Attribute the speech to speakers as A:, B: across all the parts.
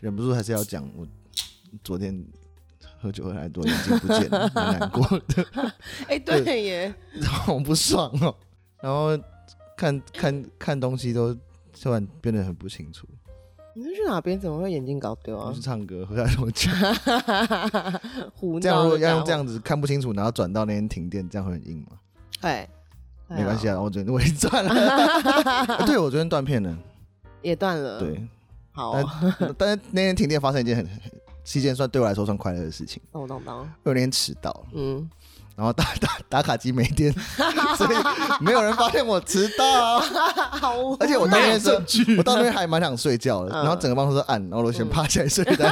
A: 忍不住还是要讲，我昨天喝酒喝太多，眼睛不见了，很难过，
B: 哎，对耶，
A: 好不爽哦。然后看看看东西都突然变得很不清楚。
B: 你是去哪边？怎么会眼睛搞丢
A: 我
B: 啊
A: 去？唱歌，喝太多酒，
B: 胡
A: 这样如
B: 闹
A: 果
B: 的家
A: 要
B: 伙
A: 用这，样子看不清楚，然后转到那天停电，这样会很硬吗？
B: 哎，
A: 没关系啊，我昨天我已经断了。 啊对，我昨天断片了。
B: 哎呀，也断了，，
A: 对，
B: 好
A: 但
B: 哦，
A: 但是那天停电发生一件很很是一件算对我来说算快乐的事情，
B: 懂懂懂，
A: 我有点迟到了，
B: 嗯，
A: 然后打打打卡机没电，所以没有人发现我迟 到、啊，
B: 好无
A: 而且我到那边是
C: 证据
A: 我到那边还蛮想睡觉的，
B: 嗯啊
A: 然后整个办公室都暗，然后我先趴起来睡 的。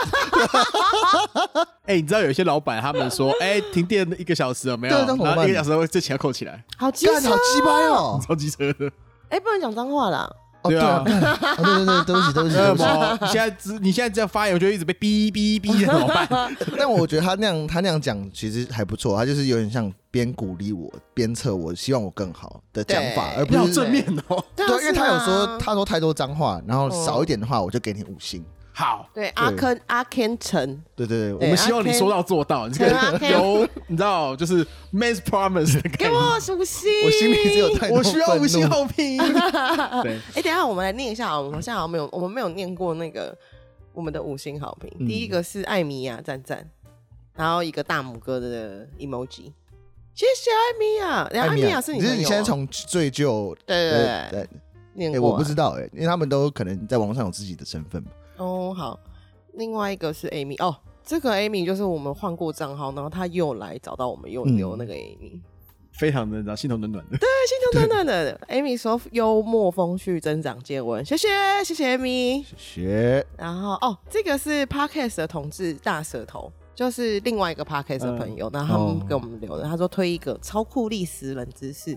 C: 哎、你知道有一些老板他们说，哎、停电一个小时了没有？
A: 对那怎么
C: 然后
A: 办
C: 一个小时后这钱要扣起来，
B: 好机
A: 干
B: 车
A: 好，鸡掰 哦！
C: 超级车的。
B: 哎，不能讲脏话啦，
A: 哦
C: 对啊
A: 啊，干 哦对对对，对不起对不起对
C: 那
A: 不起。
C: 么你现在只你现在这样发言，我就一直被哔哔哔，怎么 办？
A: 但我觉得他那样他那样讲其实还不错，他就是有点像边鼓励我鞭策我，希望我更好的讲法，
B: 对
A: 而
C: 要
A: 不是
C: 正面哦。
B: 对啊
A: 对，因为他有说
B: 说
A: 他说太多脏话，然后
B: 哦
A: 少一点的话我就给你五星。
C: 好，
B: 对阿坑阿 Ken 陈，
A: 对对对，
C: 我
B: 对啊
C: 们希望你说到做到，你这
B: 对啊
C: 个
B: ，Ken
C: 有你知道就是 man's promise 的
B: 给
C: 概念。
B: 我五星，
A: 我心 里只有太多
C: 我需要
A: 愤怒
C: 五星好评。对，
B: 哎、等一下我们来念一下好了，我们好像好像没有，我们没有念过那个我们的五星好评。
A: 嗯
B: 第一个是艾米亚赞赞，然后一个大拇哥的 emoji，谢谢艾米亚。
A: 哎
B: 然后艾米亚是啊你
A: 只
B: 朋友、
A: 啊是你现在从最旧
B: 对对对对，
A: 对，
B: 念
A: 哎，
B: 过啊、
A: 我不知道哎，因为他们都可能在网络上有自己的身份嘛。
B: 哦，好，另外一个是 Amy 哦，这个 Amy 就是我们换过账号，然后她又来找到我们，又
A: 嗯
B: 留那个 Amy。
C: 非常的，然后心头暖暖的。
B: 对，心头暖暖的 Amy 说幽默风趣，增长见闻，谢谢谢谢 Amy。
A: 学
B: 然后哦，这个是 Podcast 的同志大舌头，就是另外一个 Podcast
A: 嗯
B: 的朋友，然后他
A: 哦
B: 们给我们留的，他说推一个超酷历史冷知识，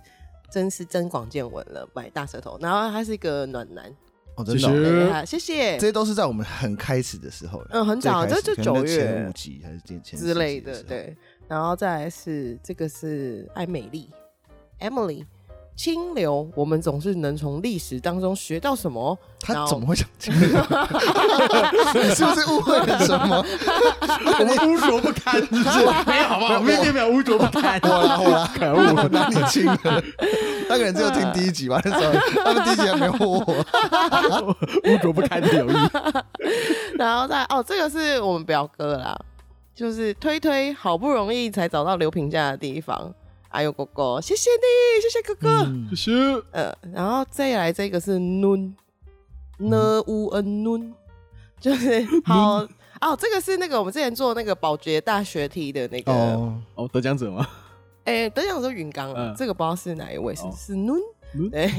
B: 真是增广见闻了，买大舌头。然后他是一个暖男，
A: 哦，真的
C: 谢
A: 哦
C: 谢
B: 对他谢谢
A: 这。些都是在我们很开始的时候了，哎
B: 嗯很早
A: 最开始
B: 这就
A: 可能在
B: 九月
A: 前五集还是前前
B: 之类
A: 十
B: 的，
A: 集时候，
B: 对。然后再来是这个是艾美丽 Emily 清流，我们总是能从历史当中学到什么？然
A: 他
B: 后
A: 怎么会想清 流？你是不是误会了什么？
C: 我们污浊不堪，是不是？没有，好不好？我们并没有污浊不 堪。我啦，我啦，可恶！
A: 我哪里清了？他可能只有听第一集 吧，那时候他们第一集还没有我。
C: 污浊不堪的友谊。
B: 然后再哦，这个是我们表哥啦，就是推推好不容易才找到留评价的地方。哎呦，哥哥，谢谢你，谢谢哥哥。
A: 嗯
C: 可是
B: 呃，然后再来这个是 nun
A: 嗯
B: n u n nun，就是 好哦，这个是那个我们之前做那个保洁大学题的那个，哎、
A: 哦，
C: 哦，得奖者吗？
B: 等一下我说云刚啊，
C: 嗯
B: 这个不知道是哪一位，是
C: 哦
B: 是 nun，、
C: 嗯
B: 对，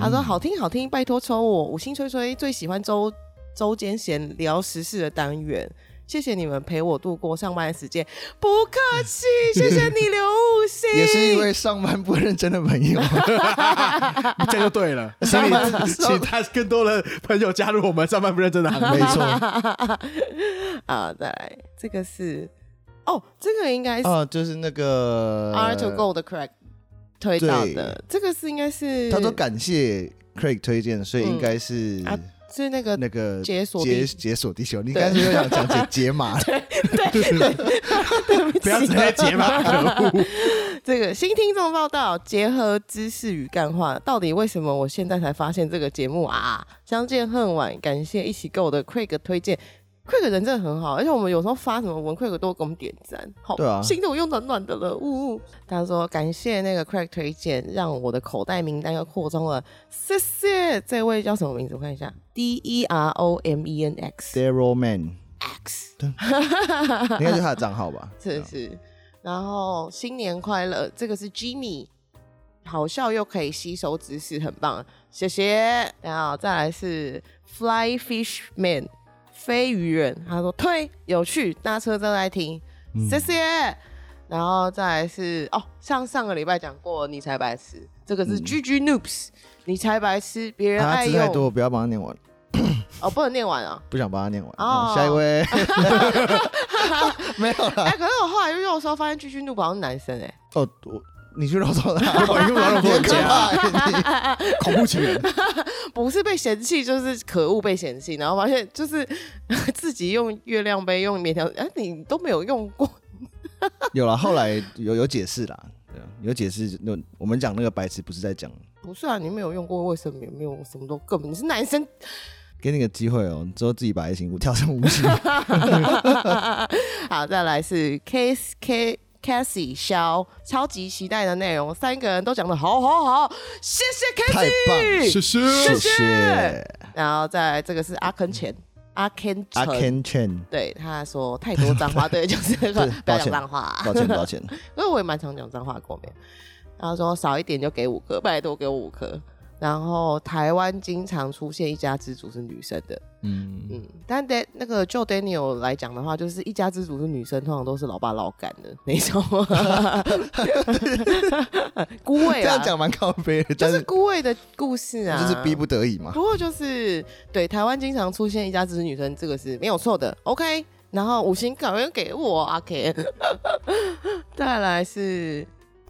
B: 他说好听好听，拜托抽我，五星吹吹最喜欢周周间闲聊时事的单元。谢谢你们陪我度过上班的时间，不客气，谢谢你刘五 星，
A: 也是一 位上班不认真的朋友。啊
C: 这样就对了。 所以，请他更多的朋友加入我们上班不认真的行
A: 没
C: 列。
A: 错，
B: 啊，再来，这个是哦，这个应该是
A: 啊，就是那个
B: R to Go 的 Crack 推到的，这个是应该是
A: 他说感谢 Craig 推荐，所以应该是
B: 啊是那个
A: 那个
B: 解锁地
A: 解解锁地球。你刚才是又想讲解解 码？
C: 不要直接结巴，可恶！
B: 啊 这个新听众报道，结合知识与干话，到底为什么我现在才发现这个节目啊？相见恨晚，感谢一起购的 Craig 推荐。Craig 人真的很好，而且我们有时候发什么文，Craig 都会给我们点赞，好，
A: 对啊
B: 心的我又暖暖的了，呜呜。他说感谢那个 Craig 推荐，让我的口袋名单又扩充了，谢谢。这位叫什么名字？我看一下，D E R O M E N X
A: Daryl Man，
B: X，
A: 应该就是他的账号 吧？
B: 是是。然后新年快乐，这个是 Jimmy，好笑又可以吸收知识，很棒，谢谢。然后再来是 Fly Fish Man，飞鱼人，他说推有趣，搭车正在听，
A: 嗯
B: 谢谢。然后再来是哦，上上个礼拜讲过你才白痴，这个是 G G Noobs，、你才白痴，别人
A: 他嗯
B: 爱
A: 啊字太
B: 用
A: 多，不要帮他念完，
B: 哦，不能念完 啊。
A: 不想帮他念完。
B: 哦
A: 好下一 位，没有了。
B: 哎、可是我后来又有时候发现 G G Noob 好像是男生哎、
A: 哦，我你去肉搜 啦，
C: 我用老老婆
A: 别可
C: 家，
A: 怕欸，
C: 恐怖情人，
B: 不是被嫌弃，就是可恶被嫌弃，然后发现就是 自己用月亮杯、用棉条，啊，你都没有用过，
A: 你有了，后来有有解释啦，对啊，有解释，那我们讲那个白痴不是在讲，
B: 不是啊，你没有用过，为什么没有什么都根本你是 男生，
A: 给你个机会哦，你之后自己把爱情舞跳上舞曲，
B: 好，再来是 K K Cassie 肖，超级期待的内容，三个人都讲的好好好，谢谢
A: 太棒
B: Cassie，
C: 是是，
A: 谢
B: 谢
A: 谢
B: 然后再来这个是阿坑钱，阿坑
A: 阿
B: 钱。
A: Ken Chen，
B: 对，他说太多脏 话，对，就是那个
A: 对
B: 不
A: 抱
B: 要讲
A: 歉
B: 脏话，
A: 抱歉抱 歉，
B: 因为我也蛮常讲脏话的过敏。然后说少一点就给五颗，拜托给我五颗。然后台湾经常出现一家之主是女生的，
A: 嗯，
B: 嗯，但 Dan 那个就 Daniel 来讲的话，就是一家之主是女生，通常都是老爸老干的 那种，孤
A: 这
B: 味
A: 样
B: 啊，
A: 讲蛮靠背的，
B: 就
A: 但
B: 是
A: 是
B: 孤味的故事啊，
A: 就是逼不得已嘛，
B: 不过就是对台湾经常出现一家之主女生，这个是没有错的。OK，然后五星考验给我阿 K，再来是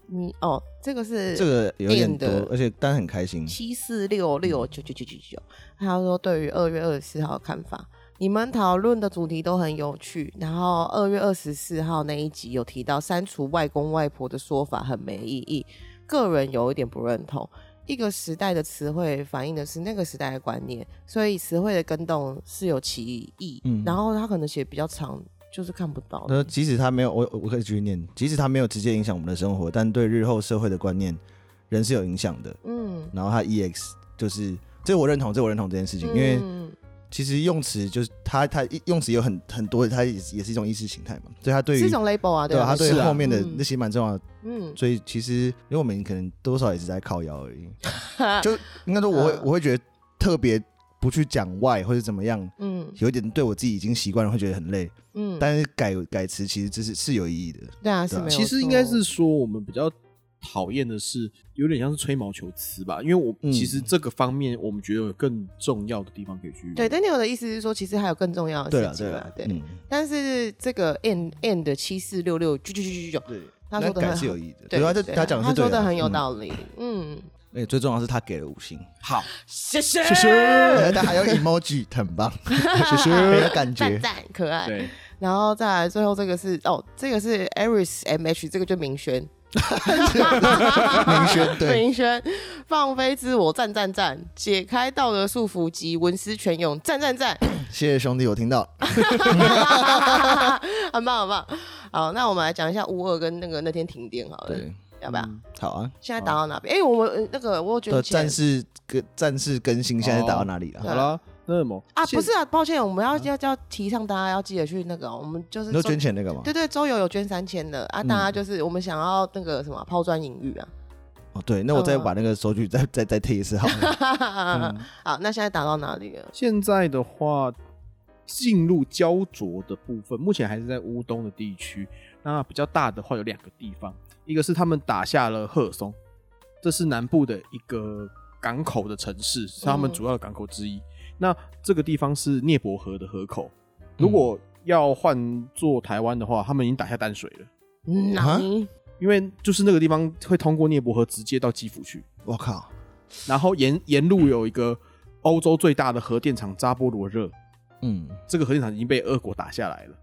B: 你哦，这个是
A: 这个有点
B: 变的
A: 多，而且但很开心，
B: 七四六六
A: 嗯
B: 九九九九九，他说对于二月二十四号的看法。你们讨论的主题都很有趣，然后二月二十四号那一集有提到删除外公外婆的说法很没意义，个人有一点不认同。一个时代的词汇反映的是那个时代的观念，所以词汇的跟动是有歧义。
A: 嗯
B: 然后他可能写比较长，就是看不到
A: 他说，即使他没有，我我可以继续念，即使他没有直接影响我们的生活，但对日后社会的观念仍是有影响的。
B: 嗯，
A: 然后他 EX 就是，这我认同，这我认同这件事情，因为
B: 嗯
A: 其实用词就是他他用词有很很多，它也是也是一种意识形态嘛，所以他对
B: 是一
A: 于
B: 种 label 啊，
A: 对
B: 吧？
A: 他对
C: 是啊
A: 后面的
B: 嗯
A: 那些蛮重要的，
B: 嗯，
A: 所以其实因为我们可能多少也是在靠腰而 已，就应该说我会
B: 嗯
A: 我会觉得特别不去讲 why 或者怎么样，
B: 嗯
A: 有点对我自己已经习惯了，会觉得很累，
B: 嗯，
A: 但是改改词其实这是是有意义的。
B: 对啊，是
A: 对啊
B: 没有错。
C: 其实应该是说，我们比较讨厌的是，有点像是吹毛求疵吧。因为我、
A: 嗯
C: 其实这个方面，我们觉得有更重要的地方可以去。
B: 对，Daniel 的意思是说，其实还有更重要的
A: 对了
B: 事，情
A: 对
B: 啦
A: 了，
B: 对。
A: 嗯，
B: 但是这个 end end 的七四六六九九九九九，
A: 对，
B: 他
A: 那
B: 说的很
A: 改
B: 好
A: 是有意义的，对啊，他
B: 对
A: 他讲的嗯
B: 他
A: 是对
B: 说的很有
A: 理。
B: 道理。嗯，
A: 而且最重要的是他给了五星，
C: 好，
B: 谢谢
C: 谢谢，
A: 他还有 emoji，很 棒，
C: 谢
A: 很有
C: 谢。
A: 感
B: 哎赞
A: 觉。
B: 赞可爱。
C: 对，
B: 然后再来最后这个是哦，这个是 Aris MH，这个就明轩，
A: 明轩对
B: 明轩放飞自我，赞赞赞，解开道德束缚及文思泉涌，赞赞赞。
A: 谢谢兄弟，我听
B: 嗯
A: 到。
B: 很棒很棒。好，那我们来讲一下乌二跟那个那天停电好了，
A: 对，
B: 要不要？
C: 嗯
A: 好啊。
B: 现在打到哪边？哎、我们呃那个我有
A: 的
B: 捐钱嗯
A: 战士跟战士更新现在打到哪里了？
C: 好了，那么
B: 啊，
C: 现嗯
B: 不是啊，抱歉，我们要要要提倡大家要记得去那个哦，我们就是
A: 你都
B: 周
A: 捐钱那个吗
B: 对？对，周游有捐三千的
C: 嗯
B: 啊，大家就是我们想要那个什么抛砖引玉啊。
A: 哦，对，那我
B: 嗯
A: 再把那个收据再再再贴一次好 了。
C: 嗯
B: 好，那现在打到哪里了？
C: 现在的话，进入焦灼的部分，目前还是在乌东的地区。那比较大的话有两个地方，一个是他们打下了赫尔松，这是南部的一个港口的城市，是他们主要的港口之一。那这个地方是涅伯河的河口，如果要换做台湾的话，他们已经打下淡水了。
B: 嗯，哪里？
C: 因为就是那个地方会通过涅伯河直接到基辅去，
A: 我靠，
C: 然后沿沿路有一个欧洲最大的核电厂扎波罗热，
A: 嗯，
C: 这个核电厂已经被俄国打下来了。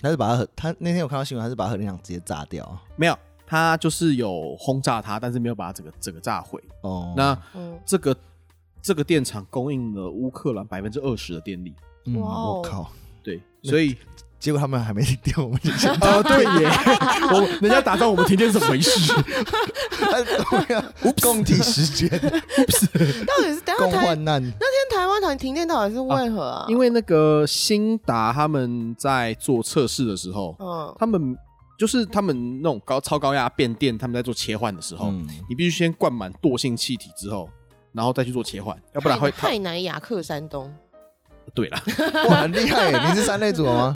A: 他是把他核他那天我看到新闻，他是把核电厂直接炸掉。
C: 没有，它就是有轰炸它，但是没有把它整个整个炸毁。
A: 哦，
C: 那
B: 嗯，
C: 这个这个电厂供应了乌克兰百分之二十的电力，
A: 嗯
B: 哇
A: 我
B: 哦
A: 靠，
C: 对，所以
A: 结果他们还没停电，我们就 先
C: 呃，对耶， 我人家打造我们停电是怎么回事？
A: 哎啊 共体时 间，
B: 到底是等一
A: 共
B: 下台
A: 患难。
B: 那天台湾台停电到底是为何啊？
C: 因为那个新达他们在做测试的时候，
B: 嗯
C: 他们就是他们那种高超高压变电，他们在做切换的时候，
A: 嗯，
C: 你必须先灌满惰性气体之后，然后再去做切换，要不然会
B: 泰南雅克山东，
C: 对了。
A: 哇，很厉害耶！你是三类组的 吗？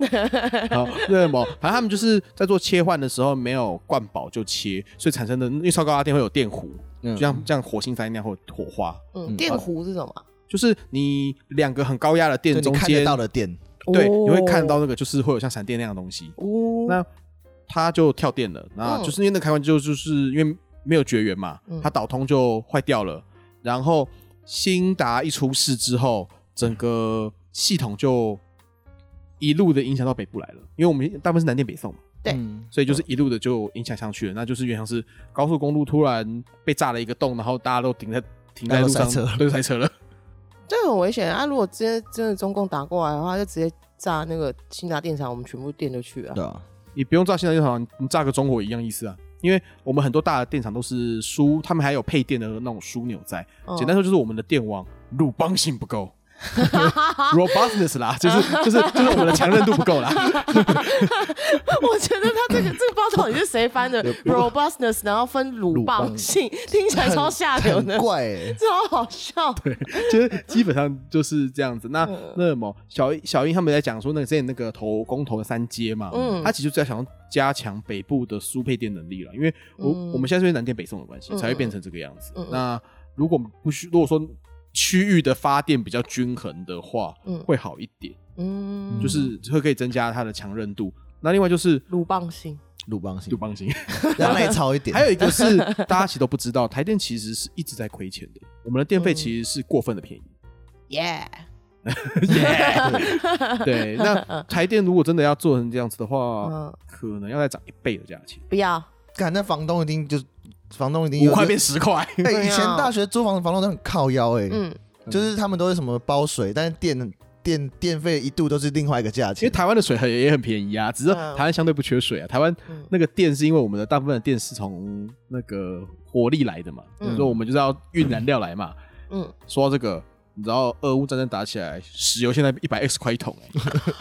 C: 好，那么反正他们就是在做切换的时候没有灌饱就切，所以产生的因为超高压电会有电弧，
A: 嗯
C: 就像像火星三那样会有火花，
B: 嗯，
C: 哦
B: 电弧是什么啊？
C: 就是你两个很高压的电
A: 就
C: 中
A: 你看
C: 间
A: 得，到的电，
C: 对，
B: 哦
C: 你会看到那个就是会有像闪电那样的东西，
B: 哦，
C: 那它就跳电了，那
B: 嗯
C: 就是因为那个开关就就是因为没有绝缘嘛
B: 嗯，
C: 它导通就坏掉了。然后新达一出事之后，整个系统就一路的影响到北部来了，因为我们大部分是南电北送嘛，
B: 对
A: 嗯
C: 所以就是一路的就影响上去了。那就是原像是高速公路突然被炸了一个洞，然后大家都停在停在路
A: 大家都
C: 上，
A: 塞车了
C: 对，塞车了。
B: 这很危险啊！如果真的真的中共打过来的话，就直接炸那个新达电厂，我们全部电就去啊。
A: 对啊，
C: 你不用炸现在电厂，你炸个中国一样意思啊。因为我们很多大的电厂都是枢，他们还有配电的那种枢纽在。
A: 哦
B: 嗯
C: 简单说就是我们的电网鲁邦性不 够，robustness 啦，就是就是就是我们的强韧度不够啦。
B: 我觉得他这个这个包到底是谁翻 的？robustness，然后分鲁棒性，听起来超下流
A: 很
B: 的，
A: 怪欸，
B: 超好笑。
C: 其实基本上就是这样子。那
B: 嗯
C: 那么小小英他们在讲说，那个之前那个投公投的三阶嘛，
B: 嗯
C: 他其实就在想要加强北部的输配电能力了，因为我、
B: 嗯
C: 我们现在是因为南电北送的关系，
B: 嗯
C: 才会变成这个样子。
B: 嗯嗯
C: 那如果不需，如果说区域的发电比较均衡的话，
B: 嗯
C: 会好一点，
B: 嗯，
C: 就是会可以增加它的强韧度。那另外就是
B: 鲁棒性，
A: 鲁邦型
C: 就，帮型，
A: 要耐操一点，
C: 还有一 个是大家其实都不知道，台电其实是一直在亏钱的，我们的电
B: 嗯
C: 费其实是过分的便宜。
B: 耶！
C: 对， 那台电如果真的要做成这样子的话，
B: 嗯
C: 可能要再涨一倍的价钱，
B: 不要，
A: 干那房东一定就房东一定
C: 五
A: 有
C: 块变十 块。
A: 哎、
B: 对啊
A: 以前大学租房的房东都很靠腰哎、
B: 嗯，
A: 就是他们都是什么包水，但是电电电费一度都是另外一个价
C: 其实
A: 钱。
C: 台湾的水很也很便宜啊，只是
B: 嗯
C: 台湾相对不缺水啊。台湾
B: 嗯
C: 那个电是因为我们的大部分的电是从那个火力来的嘛，
B: 嗯
C: 所以我们就是要运燃料来嘛。
B: 嗯，
C: 说到这个，你知道俄乌战争打起来，石油现在一百 X 块一桶哎、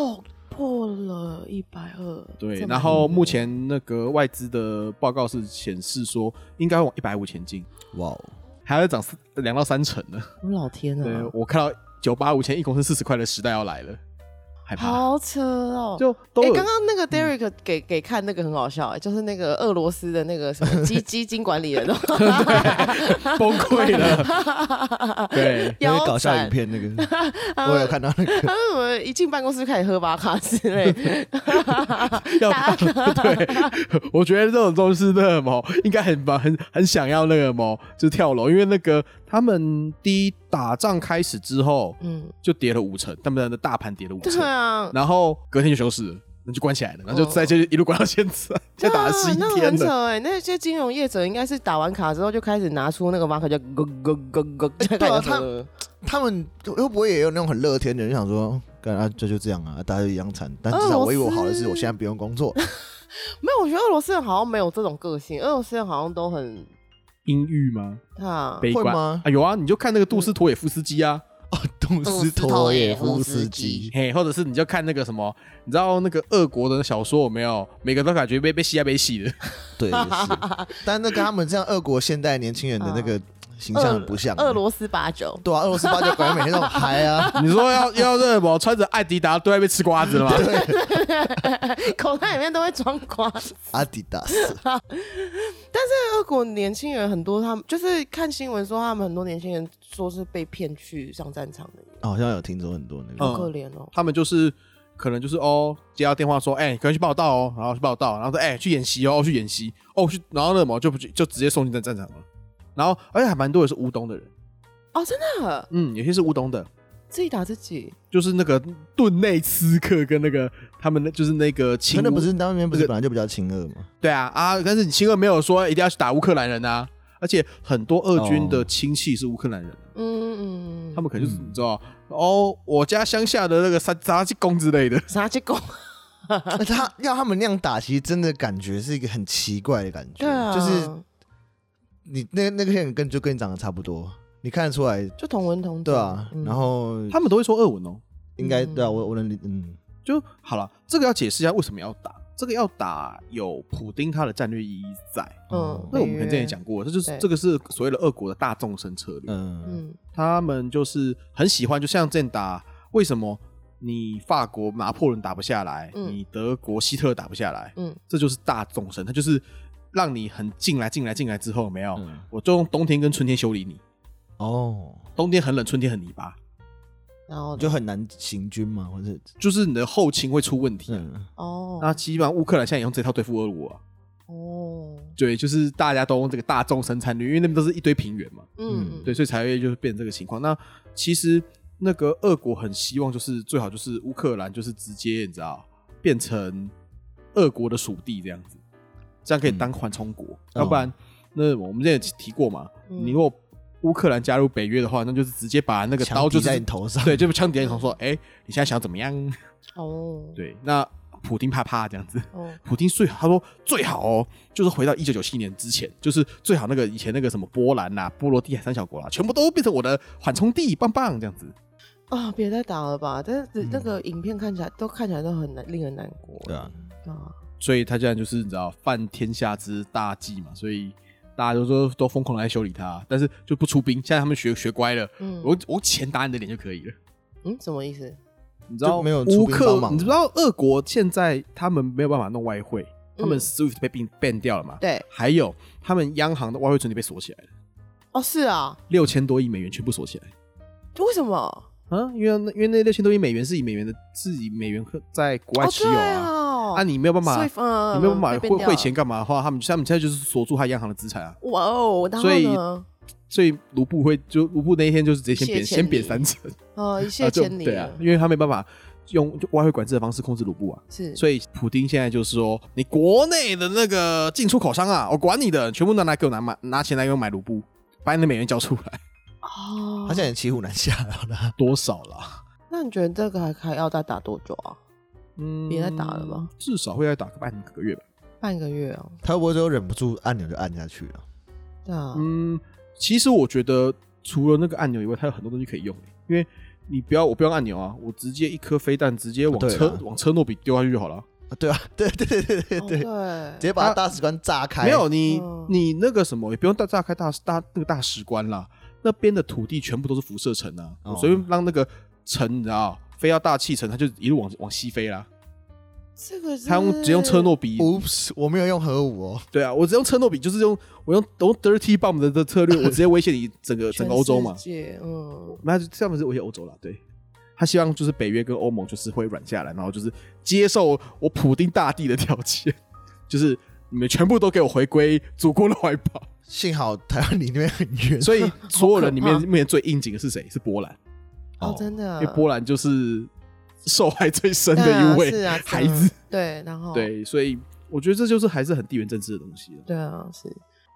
B: 哦，破了一百二，
C: 对
B: 这，么
C: 然后目前那个外资的报告是显示说，应该往一百五前进，
A: 哇哦，
C: 还要再涨四两到三成呢。
B: 我老天
C: 对
B: 啊，
C: 我看到九八五前一公升四十块的时代要来了，害怕。
B: 好扯哦！
C: 就都
B: 哎，
C: 有
B: 刚刚那个
A: 嗯
B: Derek 给给看那个很好笑，哎就是那个俄罗斯的那个什么 基基金管理人哦，
C: 崩溃 了，对，
A: 那
B: 腰
A: 个搞笑
B: 斩
A: 影片那个， 我有看到那个
B: 他为什么一进办公室就开始喝巴卡之 类的？
C: 要 对，我觉得这种东西那个么，应该很很很想要那个么，就跳楼，因为那个他们第一打仗开始之后
B: 嗯，
C: 就跌了五成，他们的大盘跌了五
B: 对
C: 成，
B: 啊，
C: 然后隔天就休市了，那就关起来了，然后就
B: 哦
C: 再就一路关到现在，
B: 对
C: 现在
B: 啊
C: 打了十一
B: 那
C: 天
B: 很
C: 了。
B: 扯哎！那些金融业者应该是打完卡之后就开始拿出那个马卡，就咯咯咯咯，就
A: 对啊
B: 开始喝。
A: 他们会不会也有那种很乐天的人想说，干啊这就这样啊，大家都一样惨，但至少
B: 俄罗斯
A: 我有好的是我现在不用工 作，
B: 没有，我觉得俄罗斯人好像没有这种个性，俄罗斯人好像都很
C: 阴郁吗？
B: 啊，
C: 悲
A: 会
C: 观
A: 吗
C: 啊，有啊，你就看那个杜
B: 嗯
C: 斯妥也夫斯基啊，
A: 杜斯妥也夫斯
B: 嗯
A: 基，
C: 嘿，或者是你就看那个什么，你知道那个俄国的小说有没有？每个都感觉被被吸啊被吸的，
A: 对，也是。但那跟他们这样俄国现代年轻人的那个形象很不像。
B: 啊
A: 啊
B: 俄罗斯八九。
A: 对啊，俄罗斯八九拐每天都很嗨啊，
C: 你说要要那什么穿着艾迪达对外面吃瓜 子了吗？
B: 口袋里面都会装瓜。
A: 阿迪达 斯，
B: 俄国年轻人很多，他们就是看新闻说，他们很多年轻人说是被骗去上战场的，
A: 哦好像有听说很多那个。
B: 好可怜哦。
C: 他们就是可能就是哦，接到电话说，哎、可能去报道哦，然后去报道，然后说，哎、去演习哦，去演习哦，去，然后那什么就不就直接送进战战场了。然后，而且还蛮多也是乌东的人，
B: 哦，真的
C: 嗯，有些是乌东的，
B: 自己打自己，
C: 就是那个顿内斯克跟那个他们那就是那个亲
A: 真的
C: 乌
A: 不是那边不是本来就比较亲俄吗？
C: 对啊啊！但是你亲俄没有说一定要去打乌克兰人啊，而且很多俄军的亲戚是乌克兰人，
B: 嗯嗯嗯
C: 他
B: 嗯，
C: 们可能就是
A: 嗯
C: 你知道、哦，我家乡下的那个杀杀鸡公之类的，
B: 啥结果？
A: 那他要他们那样打，其实真的感觉是一个很奇怪的感觉，
B: 对啊，
A: 就是你那那个人跟就跟你长得差不多，你看得出来，
B: 就同文同种
A: 对啊，
B: 嗯
A: 然后
C: 他们都会说俄文哦。
A: 应该
B: 嗯
A: 对啊，我我能理嗯，
C: 就好了，这个要解释一下为什么要打，这个要打有普丁他的战略意义在。
B: 嗯
C: 那我们可能之前也讲过，这就是
B: 对
C: 这个是所谓的俄国的大纵深策略，
A: 嗯
B: 嗯
C: 他们就是很喜欢，就像这样打，为什么你法国拿破仑打不下来，
B: 嗯
C: 你德国希特勒打不下来，
B: 嗯
C: 这就是大众生，它就是让你很进来进来进来之后，有没有，
A: 嗯
C: 我就用冬天跟春天修理你。
A: 哦，
C: 冬天很冷，春天很泥巴，
B: 然后
A: 就很难行军嘛，或者
C: 就是你的后勤会出问题啊、
A: 嗯
B: 哦
C: 那基本上乌克兰现在也用这套对付俄国啊，
B: 哦，
C: 对，就是大家都用这个大众生产率，因为那边都是一堆平原嘛，
B: 嗯，
C: 对，所以才会就是变成这个情况。那其实那个俄国很希望，就是最好就是乌克兰就是直接你知道变成俄国的属地这样子，这样可以
A: 嗯
C: 当缓冲国。要不然，那我们之前也提过嘛，
B: 嗯
C: 你如果乌克兰加入北约的话，那就是直接把那个刀
A: 枪
C: 就
A: 抵
C: 是
A: 在你头上，
C: 对，就枪点你头说，哎、你现在想怎么样？
B: 哦，
C: 对，那普丁怕怕这样子。
B: 哦，
C: 普丁最他说最好哦，就是回到一九九七年之前，就是最好那个以前那个什么波兰呐、波罗的海三小国啦、啊全部都变成我的缓冲地，棒棒这样子。
B: 啊，别再打了吧！但是那个影片看起来都看起来都很难，令人难过。
A: 对啊，
B: 啊，
C: 所以他竟然就是你知道犯天下之大忌嘛，所以大家都说都疯狂来修理他，但是就不出兵。现在他们学学乖了，
B: 嗯
C: 我我钱打你的脸就可以了。
B: 嗯，什么意思？
C: 你知道
A: 就没有
C: 乌
A: 出兵帮
C: 克，
A: 忙
C: 你知道俄国现在他们没有办法弄外汇，他们
B: 嗯
C: SWIFT 被并 ban 掉了嘛？
B: 对，
C: 还有他们央行的外汇存底被锁起来了，
B: 哦，是啊，
C: 六千多亿美元全部锁起来。
B: 为什么？
C: 啊，因为那因为那六千多亿美元是以美元的是以美元和在国外
B: 哦，
C: 持有
B: 对
C: 啊，
B: 哦，
C: 啊你没有办法，
B: Swift，嗯
C: 你没有
B: 嗯
C: 办法
B: 被
C: 汇
B: 变掉
C: 汇钱干嘛的话，他们他们现在就是锁住他央行的资产啊，
B: 哇哦，然后
C: 所以
B: 呢？
C: 所以卢布会就卢布那一天就是直接先
B: 谢
C: 贬
B: 谢
C: 先
B: 你
C: 贬三成，
B: 哦，一泻
C: 啊就
B: 千里
C: 对啊
B: 了，
C: 因为他没办法用就外汇管制的方式控制卢布啊。
B: 是，
C: 所以普丁现在就是说，你国内的那个进出口商啊，我管你的，全部拿来给我拿买拿钱来给我买卢布，把你的美元交出 来，
B: 哦，
A: 他现在也骑虎难下了啦。
C: 多少啦？
B: 那你觉得这个还还要再打多久啊？
C: 嗯，
B: 别再打了吧，
C: 至少会再打个半个月吧。
B: 半个月哦，
A: 他会不会就忍不住按钮就按下去了？
B: 对啊，
C: 嗯，其实我觉得除了那个按钮以外，它有很多东西可以用，欸因为你不要我不要按钮啊，我直接一颗飞弹直接往
A: 对啊
C: 车、往车诺比丢下去就好了啊。
A: 啊对啊，对对对 对对
B: 哦
A: 对，直
B: 对，
A: 接把他大使馆炸开。
C: 没有你、
B: 嗯
C: 你那个什么也不用大炸开大大那个大使馆啦，那边的土地全部都是辐射城啊，
A: 哦
C: 我随便让那个城你知道飞到大气层，它就一路往往西飞啦。
B: 这个是
C: 它用只用车诺比，
A: ，Oops，我没有用核武哦。
C: 对啊，我只用车诺比，就是用我用我用 dirty bomb 的的策略，我直接威胁你整个整个欧洲嘛哦
B: 全世。界嗯，
C: 那就这样子威胁欧洲了。对，他希望就是北约跟欧盟就是会软下来，然后就是接受我普丁大帝的条件，就是你们全部都给我回归祖国的怀抱。
A: 幸好台湾离那边很远，
C: 所以所有人里面
B: 好可怕
C: 里面最应景的是谁？是波兰，
B: 哦，真的，
C: 因为波兰就是受害最深
B: 对
C: 的
B: 啊
C: 一
B: 是哦
C: 位
B: 啊
C: 孩子。，
B: 对，然后
C: 对，所以我觉得这就是还是很地缘政治的东西了。
B: 对啊，是。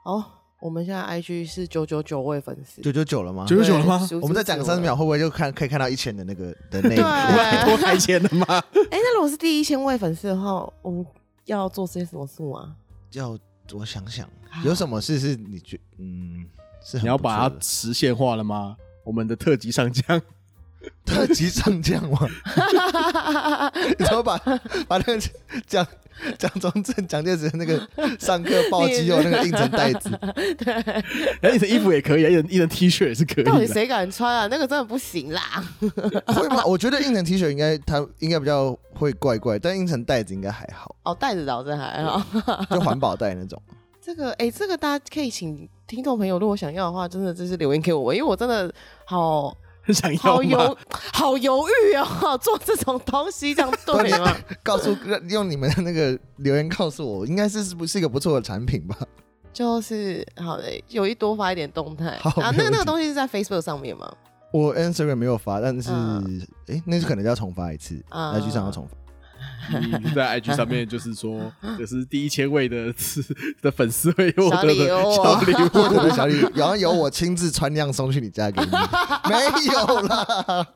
B: 好，我们现在 IG 是九九九位粉丝，
A: 九九九了吗？
C: 九99了吗
B: 对
A: 我们再讲个三十。秒，会不会就看可以看到一千的那个 的那一
B: 对啊
C: 我 们还
A: 个？
C: 多开钱了吗？
B: 哎，那如果是第一千位粉丝的话，我们要做些什么事吗？
A: 要我想想，有什么事是你觉嗯是很
C: 你要
A: 不错
C: 把它
A: 的
C: 实现化了吗？我们的特级上将，
A: 特 级上将吗？你怎么把把那个蒋蒋中正、蒋介石的那个上课爆肌肉那个印成袋子？
C: 然后一层哎衣服也可以，啊一人一人 T 恤也是可以的。
B: 到底谁敢穿啊？那个真的不行啦！
A: 会吗？我觉得印成 T 恤应该它应该比较会怪怪，但印成袋子应该还好，
B: 哦，袋子倒是还好。
A: 就环保袋那种。
B: 这个，哎，这个大家可以请听众朋友，如果想要的话，真的就是留言给我，因为我真的好
C: 很想 要
B: 好
C: 吗
B: 犹好犹豫哦，做这种东西这样 对啊
A: 不
B: 吗
A: 然？你告诉用你们的那个留言告诉我，应该是是不是一个不错的产品吧？
B: 就是好的，有意多发一点动态
A: 好
B: 啊。
A: 没
B: 那个
A: 问
B: 那个
A: 题
B: 东西是在 Facebook 上面吗？
A: 我 Instagram 没有发，但是
B: 嗯
A: 诶，那是可能要重发一次，
B: 啊
A: 那去上要重发。
C: 你在 IG 上面就是 说，这是第一千位的 的粉丝会获
B: 小哦
C: 得
B: 礼
C: 的
B: 物
C: 小 礼
A: 我
C: 物。
A: 的小丽，然后由我亲自穿样送去你家给你，没有啦。